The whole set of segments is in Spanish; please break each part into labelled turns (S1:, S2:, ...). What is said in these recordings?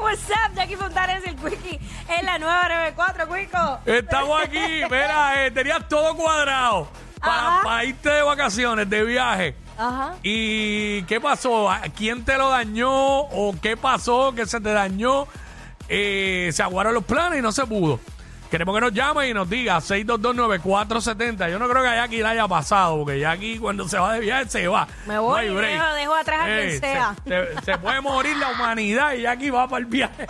S1: What's up, Jackie Fontanes, el Quickie en la nueva 94, Quico.
S2: Estamos aquí, mira, eh, tenías todo cuadrado para,
S1: Ajá.
S2: para irte de vacaciones, de viaje.
S1: Ajá.
S2: ¿Y qué pasó? ¿A ¿Quién te lo dañó? ¿O qué pasó? ¿Qué se te dañó? Eh, se aguaron los planes y no se pudo. Queremos que nos llame y nos diga 6229470. Yo no creo que a Jackie le haya pasado, porque Jackie cuando se va de viaje se va.
S1: Me voy
S2: hay
S1: y
S2: break. Eh,
S1: dejo- dejo atrás a quien
S2: se-
S1: sea.
S2: Se, se puede morir la humanidad y Jackie va para el viaje.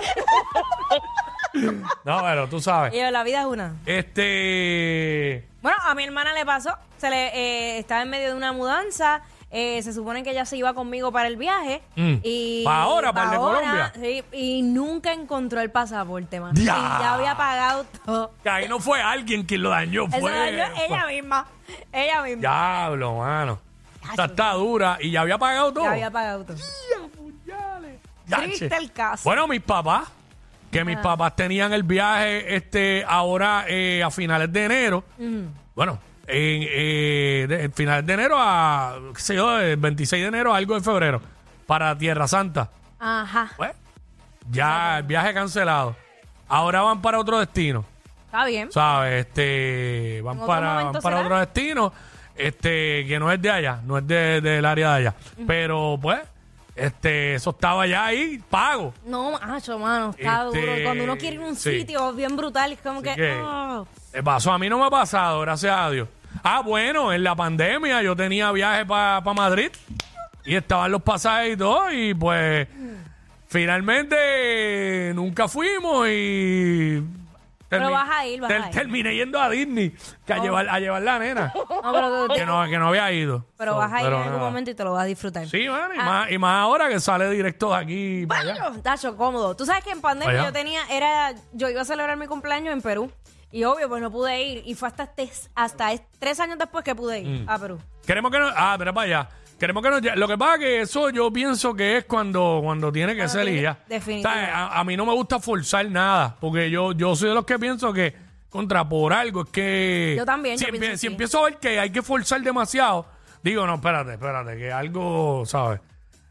S2: no, pero tú
S1: Y
S2: sabes.
S1: yo, la vida es una.
S2: Este.
S1: Bueno, a mi hermana le pasó, se le eh, estaba en medio de una mudanza. eh, se supone que ella se iba conmigo para el viaje.
S2: Mm.
S1: Y
S2: Pa' ahora, pa'l de
S1: ahora,
S2: Colombia.
S1: sí, y nunca encontró el pasaporte, mano.
S2: Ya.
S1: Y ya había pagado todo.
S2: Que ahí no fue alguien quien lo dañó,
S1: Eso
S2: fue.
S1: lo dañó ella
S2: pues.
S1: misma. Ella misma.
S2: Diablo, mano. Esta está dura y ya había pagado todo.
S1: Ya había pagado todo.
S2: Yache.
S1: Triste el caso. Ah.
S2: Bueno, mis papás, que mis papás tenían el viaje este ahora eh, a finales de enero. Bueno, en eh, de- en finales de enero a, qué sé yo, el 26 de enero a algo de febrero, para Tierra Santa.
S1: Ajá.
S2: Pues, ya el viaje cancelado. Ahora van para otro destino.
S1: Está bien.
S2: ¿sabes? Este, van
S1: ¿En otro
S2: para,
S1: momento
S2: van para
S1: será?
S2: otro destino, este, que no es de allá, no es de- del área de allá. Pero pues, este, eso estaba ya ahí, pago.
S1: No, macho, mano, está
S2: Este,
S1: duro. Cuando uno quiere ir a un
S2: sí.
S1: sitio bien brutal, es como que.
S2: Así que,
S1: oh.
S2: eh, pasó, a mí no me ha pasado, gracias a Dios. Ah, bueno, en la pandemia yo tenía viaje para Madrid y estaban los pasajes y todo, y pues finalmente nunca fuimos y.
S1: Pero
S2: termi-
S1: vas a ir, vas a
S2: ter-
S1: ir. Oh.
S2: Terminé yendo a Disney que a, llevar, a llevar la nena.
S1: No, pero,
S2: que no, que no había ido.
S1: pero
S2: So,
S1: vas a ir en algún
S2: nada.
S1: momento y te lo vas a disfrutar.
S2: Sí, mano, y, más, y más ahora que sale directo de aquí para allá.
S1: Bueno, Tacho, cómodo. Tú sabes que en pandemia
S2: Allá.
S1: yo tenía, era, yo iba a celebrar mi cumpleaños en Perú. Y obvio, pues no pude ir. Y fue hasta, este- hasta es- tres años después que pude ir
S2: Mm.
S1: a Perú.
S2: Queremos que nos. Ah, pero para allá. Queremos que nos. lle- Lo que pasa es que eso yo pienso que es cuando, cuando tiene que ser
S1: tiene-
S2: y ya.
S1: definitivo.
S2: O sea, A, a mí no me gusta forzar nada, porque yo, yo soy de los que pienso que contra por algo es que.
S1: Yo también,
S2: Si,
S1: yo
S2: empie-
S1: pienso
S2: si
S1: así.
S2: empiezo a ver que hay que forzar demasiado, digo, no, espérate, espérate, que algo, ¿sabes?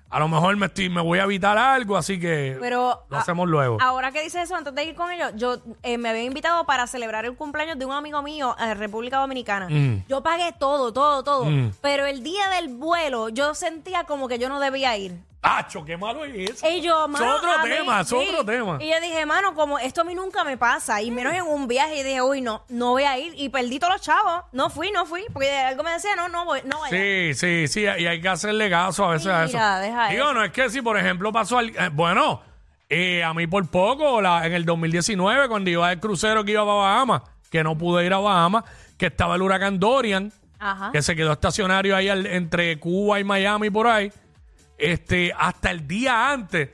S2: A lo mejor me, estoy, me voy a evitar algo, así que
S1: Pero ah,
S2: lo
S1: a-
S2: hacemos luego.
S1: Ahora que dices eso, antes de ir con ellos, yo eh, me había invitado para celebrar el cumpleaños de un amigo mío en República Dominicana.
S2: Mm.
S1: Yo pagué todo, todo, todo. Pero el día del vuelo, yo sentía como que yo no debía ir.
S2: ¡Acho, qué malo es eso!
S1: Y yo, mano,
S2: Es otro
S1: a mí-
S2: tema, es
S1: sí.
S2: otro tema.
S1: Y yo dije, mano, como esto a mí nunca me pasa, y menos en un viaje, y dije, uy, no, no voy a ir. Y perdí todos los chavos. No fui, no fui. Porque algo me decía, no, no voy, no voy.
S2: Sí, sí, sí, y hay que hacerle caso a veces a eso.
S1: Mira, deja
S2: Digo,
S1: eso.
S2: no es que si, por ejemplo, pasó al. eh, bueno, eh, a mí por poco, la- en el 2019, cuando iba el crucero que iba para Bahamas, que no pude ir a Bahamas, que estaba el huracán Dorian,
S1: Ajá.
S2: que se quedó estacionario ahí al- entre Cuba y Miami por ahí. Este, hasta el día antes,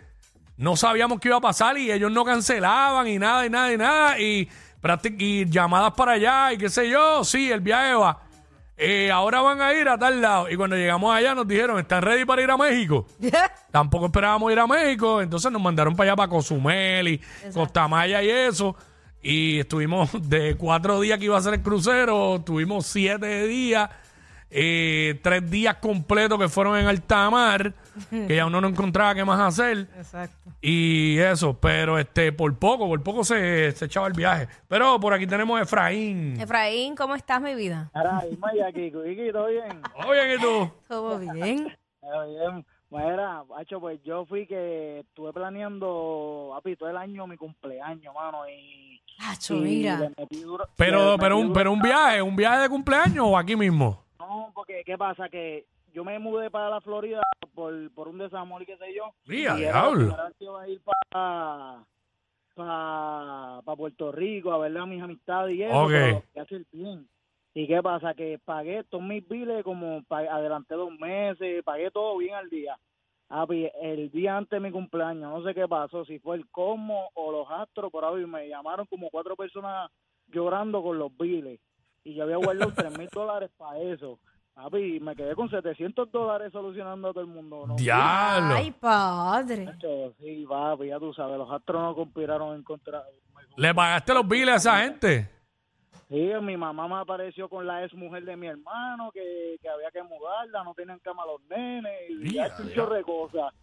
S2: no sabíamos qué iba a pasar y ellos no cancelaban y nada, y nada, y nada. Y, prácti- y llamadas para allá y qué sé yo. Sí, el viaje va. Eh, ahora van a ir a tal lado. Y cuando llegamos allá nos dijeron, ¿están ready para ir a México? Tampoco esperábamos ir a México, entonces nos mandaron para allá para Cozumel y Costamaya y eso. Y estuvimos de cuatro días que iba a ser el crucero, tuvimos siete días, eh, tres días completos que fueron en alta mar, que ya uno no encontraba qué más hacer.
S1: Exacto.
S2: Y eso, pero este, por poco, por poco se, se echaba el viaje. Pero por aquí tenemos a Efraín.
S1: Efraín, ¿cómo estás, mi vida?
S3: Ahora, Isma y aquí, Cuiqui, ¿todo bien?
S2: Oye, ¿y tú?
S1: Todo bien.
S3: Todo bien. Mira, macho, pues yo fui que estuve planeando, papi, todo el año mi cumpleaños, mano, y...
S1: Hacho,
S3: y
S1: Oh, mira.
S3: le metí duro-
S2: Pero,
S3: le
S2: pero,
S3: metí
S2: un,
S3: duro.
S2: pero un viaje, un viaje de cumpleaños o aquí mismo.
S3: No, porque, ¿qué pasa? Que yo me mudé para la Florida por, por un desamor, qué sé yo.
S2: Día,
S3: y era la
S2: diablo.
S3: primera vez que iba a ir para... Para Puerto Rico, a ver a mis amistades y eso,
S2: Ok.
S3: pero lo que hace el bien. ¿Y qué pasa? Que pagué todos mis biles, como pa- adelanté dos meses, pagué todo bien al día. Ah, pues, el día antes de mi cumpleaños, no sé qué pasó, si fue el Cosmo o los Astros, por ahí me llamaron como cuatro personas llorando con los biles. Y yo había guardado tres mil dólares para eso. Papi, y me quedé con 700 dólares solucionando a todo el mundo. ¿no?
S2: Diablo.
S1: Ay, padre.
S3: Chacho, Sí, papi, ya tú sabes, los Astros no conspiraron en contra.
S2: ¿Le pagaste los biles a esa gente?
S3: Sí, mi mamá me apareció con la ex mujer de mi hermano, que, que había que mudarla, no tenían cama los nenes, y
S2: Ya,
S3: ya, un chorro de cosas.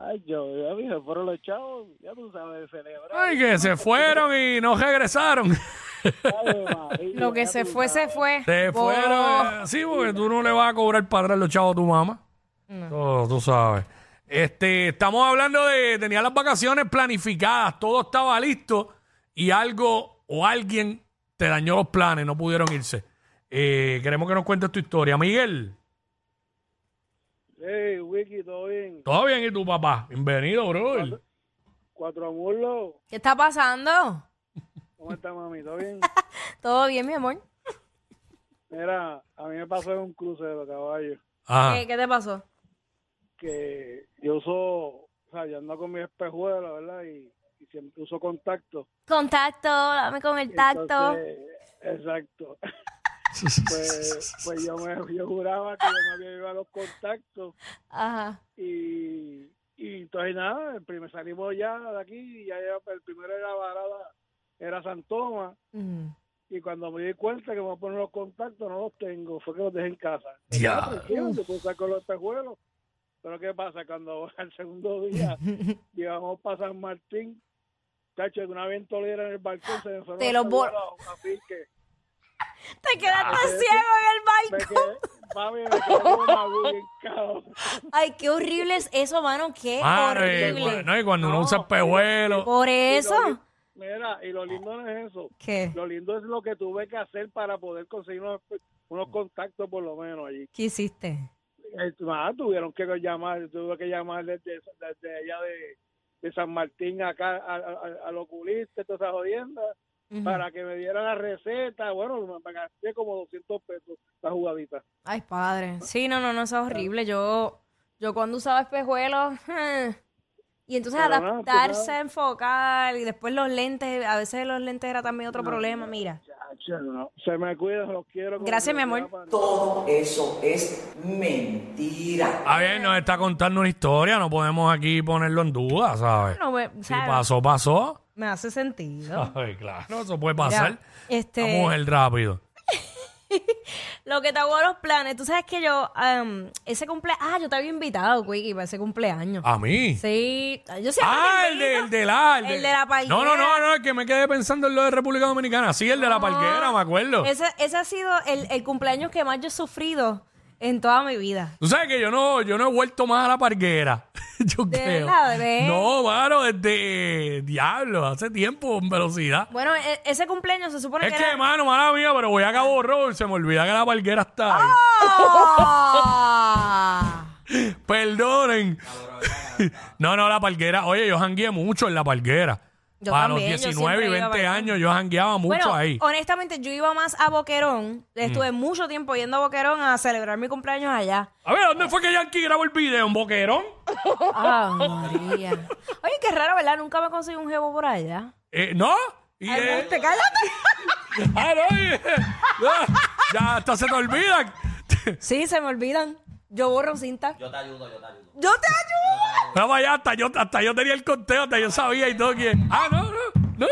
S3: Ay, yo, ya dije, fueron los chavos, ya tú sabes, celebrar.
S2: Ay, que se fueron y no regresaron.
S3: Ave María,
S1: Lo que
S3: ya
S1: se
S3: tú
S1: fue, se
S3: sabes.
S1: fue.
S2: Se
S1: Bo- oh.
S2: fueron. eh, Sí, porque tú no le vas a cobrar para atrás los chavos a tu mamá. Todo, tú sabes. Este, estamos hablando de tenía las vacaciones planificadas, todo estaba listo y algo o alguien te dañó los planes, no pudieron irse. Eh, queremos que nos cuentes tu historia, Miguel.
S3: Hey, Wiki, ¿todo bien?
S2: Todo bien y tu papá. Bienvenido, bro.
S3: Cuatro amurlos.
S1: ¿Qué está pasando?
S3: ¿Cómo está, mami? ¿Todo bien?
S1: ¿Todo bien, mi amor?
S3: Mira, a mí me pasó en un crucero, caballo,
S2: Ajá.
S1: ¿Qué, qué te pasó?
S3: que yo uso, o sea, yo ando con mis espejuelos, ¿verdad? Y, y siempre uso contacto.
S1: Contacto, dame con el tacto.
S3: Entonces, exacto. Pues, pues yo, me, yo juraba que yo me había llevado los contactos
S1: Ajá.
S3: y, y entonces nada, el primer, salimos ya de aquí, y ya era- el primero era Barada, era San Tomás,
S1: Mm.
S3: y cuando me di cuenta que me voy a poner los contactos, no los tengo, fue que los dejé en casa.
S2: Ya.
S3: Tranquilo, te puse con los espejuelos. Pero ¿qué pasa? Cuando al segundo día íbamos para San Martín, cacho, de una ventolera en el balcón se me fueron
S1: Te los bol-
S3: espejuelos, así que
S1: Te quedaste ciego en
S3: Ah, me
S1: el
S3: quedé, mami, me quedé como magulla en caos.
S1: bike. Ay, qué horrible es eso, mano. Qué
S2: Mano, y cu-
S1: horrible.
S2: Ah, no, y cuando uno
S3: No,
S2: usa espejuelo.
S1: Por
S3: Y lo
S1: eso.
S3: li- Mira, y lo lindo no es eso.
S1: ¿Qué?
S3: Lo lindo es lo que tuve que hacer para poder conseguir unos, unos contactos por lo menos allí.
S1: ¿Qué hiciste?
S3: Eh, nada, tuvieron que llamar, tuve que llamar desde, desde allá de, de San Martín acá a- a- a- al oculista, todas esas jodiendas,
S1: Ujú.
S3: para que me diera la receta. Bueno, me, me gasté como 200 pesos la jugadita.
S1: Ay, padre. Sí, no, no, no, eso es horrible. Yo, yo cuando usaba espejuelos. Y entonces
S3: Pero nada, tú
S1: adaptarse
S3: sabes.
S1: a enfocar y después los lentes, a veces los lentes era también otro problema, mira.
S3: Chacho, no. Se me cuidan, los quiero. como
S1: Gracias, mi
S3: Dios
S1: amor.
S3: me ama.
S4: Todo eso es mentira.
S2: A ver, nos está contando una historia, no podemos aquí ponerlo en duda, ¿sabes?
S1: No, me,
S2: Si
S1: ¿sabes?
S2: pasó, pasó.
S1: Me hace sentido.
S2: Ay, claro, eso puede pasar.
S1: Mira, este-
S2: Vamos mujer rápido.
S1: Lo que te hago a los planes, tú sabes que yo, am, ese cumpleaños, ah, yo te había invitado, Quickie, para ese cumpleaños.
S2: A mí.
S1: Sí, yo siempre
S2: Ah,
S1: te
S2: el de,
S1: invito.
S2: el de la.
S1: El de la palguera.
S2: No, no, no, no, es que me quedé pensando en lo de República Dominicana. Sí, el de la palguera, me acuerdo.
S1: Ese, ese ha sido el, el cumpleaños que más yo he sufrido en toda mi vida.
S2: Tú sabes que yo no, yo no he vuelto más a la parguera. yo
S1: ¿De
S2: creo.
S1: verdad, bebé?
S2: No, mano, desde diablo, hace tiempo en velocidad.
S1: Bueno, e- ese cumpleaños se supone
S2: Es
S1: que
S2: que,
S1: era...
S2: mano, mala mía, pero voy a Cabo Rojo y se me olvida que la parguera está
S1: Oh,
S2: ahí.
S1: ¡Ah!
S2: Perdonen. no, no, la parguera. Oye, yo jangueé mucho en la parguera.
S1: Yo
S2: Para
S1: también, yo
S2: los 19 y
S1: siempre iba a
S2: 20
S1: bailar.
S2: años yo jangueaba mucho
S1: Bueno, oh.
S2: ahí. Mm.
S1: honestamente, yo iba más a Boquerón. Estuve mucho tiempo yendo a Boquerón a celebrar mi cumpleaños allá.
S2: A ver, ¿dónde fue que Yankee grabó el video? ¿En Boquerón?
S1: ¡Ah, María! Oye, qué raro, ¿verdad? Nunca me conseguí un jevo por allá.
S2: Eh, ¿No? Y,
S1: Ay,
S2: eh,
S1: ¡Te cállate!
S2: ah, no, y- ah, ya hasta se te olvida.
S1: Sí, se me olvidan. Yo borro cinta. Yo te ayudo, yo te ayudo.
S2: No, vaya, hasta yo, hasta yo tenía el conteo, hasta yo sabía y todo que. Ah, no, no, no.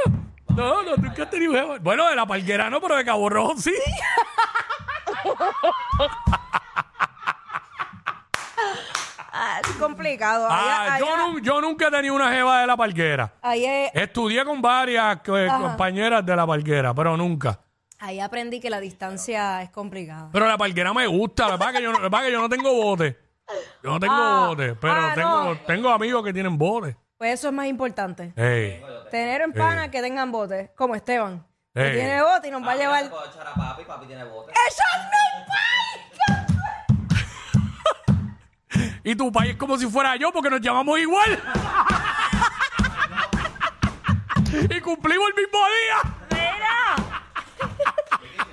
S2: No, no, nunca has tenido jevo. Bueno, de la parguera no, pero de Cabo Rojo sí.
S1: ¡Yo te ayudo! complicado.
S2: Ah,
S1: Allá-
S2: yo,
S1: allá-
S2: nun- yo nunca he tenido una jeva de la parguera.
S1: Ahí, eh,
S2: Estudié con varias eh, compañeras de la parguera, pero nunca.
S1: ahí aprendí que la distancia es complicada.
S2: Pero la parguera me gusta, la verdad que yo no, la verdad que yo no tengo bote. Yo no tengo
S1: Ah,
S2: bote, pero
S1: ah,
S2: tengo,
S1: no.
S2: tengo amigos que tienen bote.
S1: Pues eso es más importante.
S2: Ey.
S1: Tener en pana que tengan botes, como Esteban. Que
S2: Eh.
S1: tiene bote y nos va a llevar. ¡Eso
S4: Puedo echar a papi, papi tiene bote.
S1: es mi país!
S2: Y tu país es como si fuera yo porque nos llamamos igual. y cumplimos el mismo día.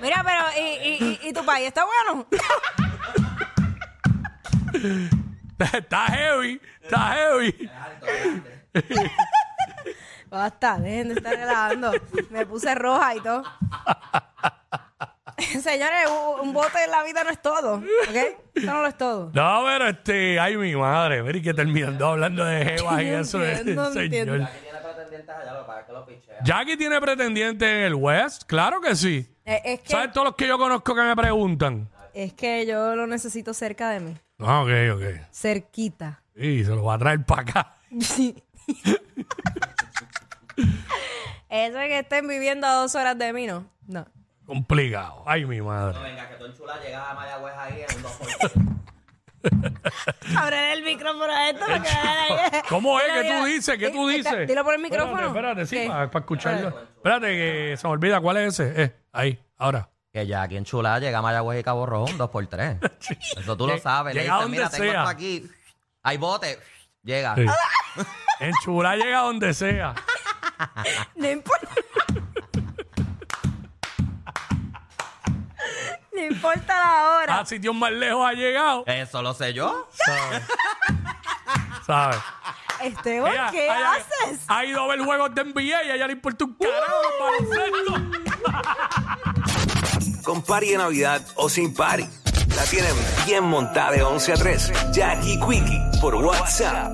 S1: ¡Mira! Mira, pero ¿y, y, y, y tu país está bueno?
S2: está heavy, está heavy.
S1: Basta, dejen de estar relajando. Me puse roja y todo. Señores, u- un bote en la vida no es todo, ¿ok? Esto no lo es todo.
S2: No, pero este, ay mi madre, ver y que terminando hablando de jevas y
S1: No
S2: eso de-
S1: entiendo, no
S2: señor.
S1: entiendo.
S4: Aquí tiene pretendientes allá, lo que pasa es que lo pichea.
S2: Jackie tiene pretendiente en el West, claro que sí.
S1: Eh, Es que,
S2: ¿Sabes todos los que yo conozco que me preguntan?
S1: es que yo lo necesito cerca de mí.
S2: Ah, ok, ok.
S1: Cerquita.
S2: Y se lo va a traer para acá.
S1: Eso es que estén viviendo a dos horas de mí, ¿no? No.
S2: Complicado. Ay, mi madre.
S4: No venga, que tú en chula llegas a Mayagüez ahí en un 2%.
S1: Ábrele el micrófono a esto porque
S2: Eh, ¿Cómo es? ¿Qué tú dices? ¿Qué tú
S1: Dilo,
S2: dices?
S1: eh, dilo por el micrófono.
S2: Espérate, espérate
S1: ¿Qué?
S2: sí, para, escucharlo. Espérate, que se me olvida cuál es ese. Eh, ahí, ahora.
S4: Que ya aquí en Chula llega a Mayagüez y Cabo Rojo un 2x3. Eso tú lo sabes. Le
S2: llega
S4: dices,
S2: donde
S4: mira, tengo
S2: sea".
S4: esto aquí. Hay bote. Llega.
S2: Sí. En Chula llega donde sea.
S1: No importa. No importa la hora.
S2: A sitios más lejos ha llegado.
S4: Eso lo sé yo.
S2: ¿Sabes? Ah,
S1: Esteban,
S2: Ella-
S1: Este, ¿qué
S2: ella-
S1: haces?
S2: Ha ido a ver juegos de NBA y a ella le importa un carajo el baloncesto.
S5: con party de Navidad o sin party. La tienen bien montada de 11 a 3. Jackie Quickie por WhatsApp.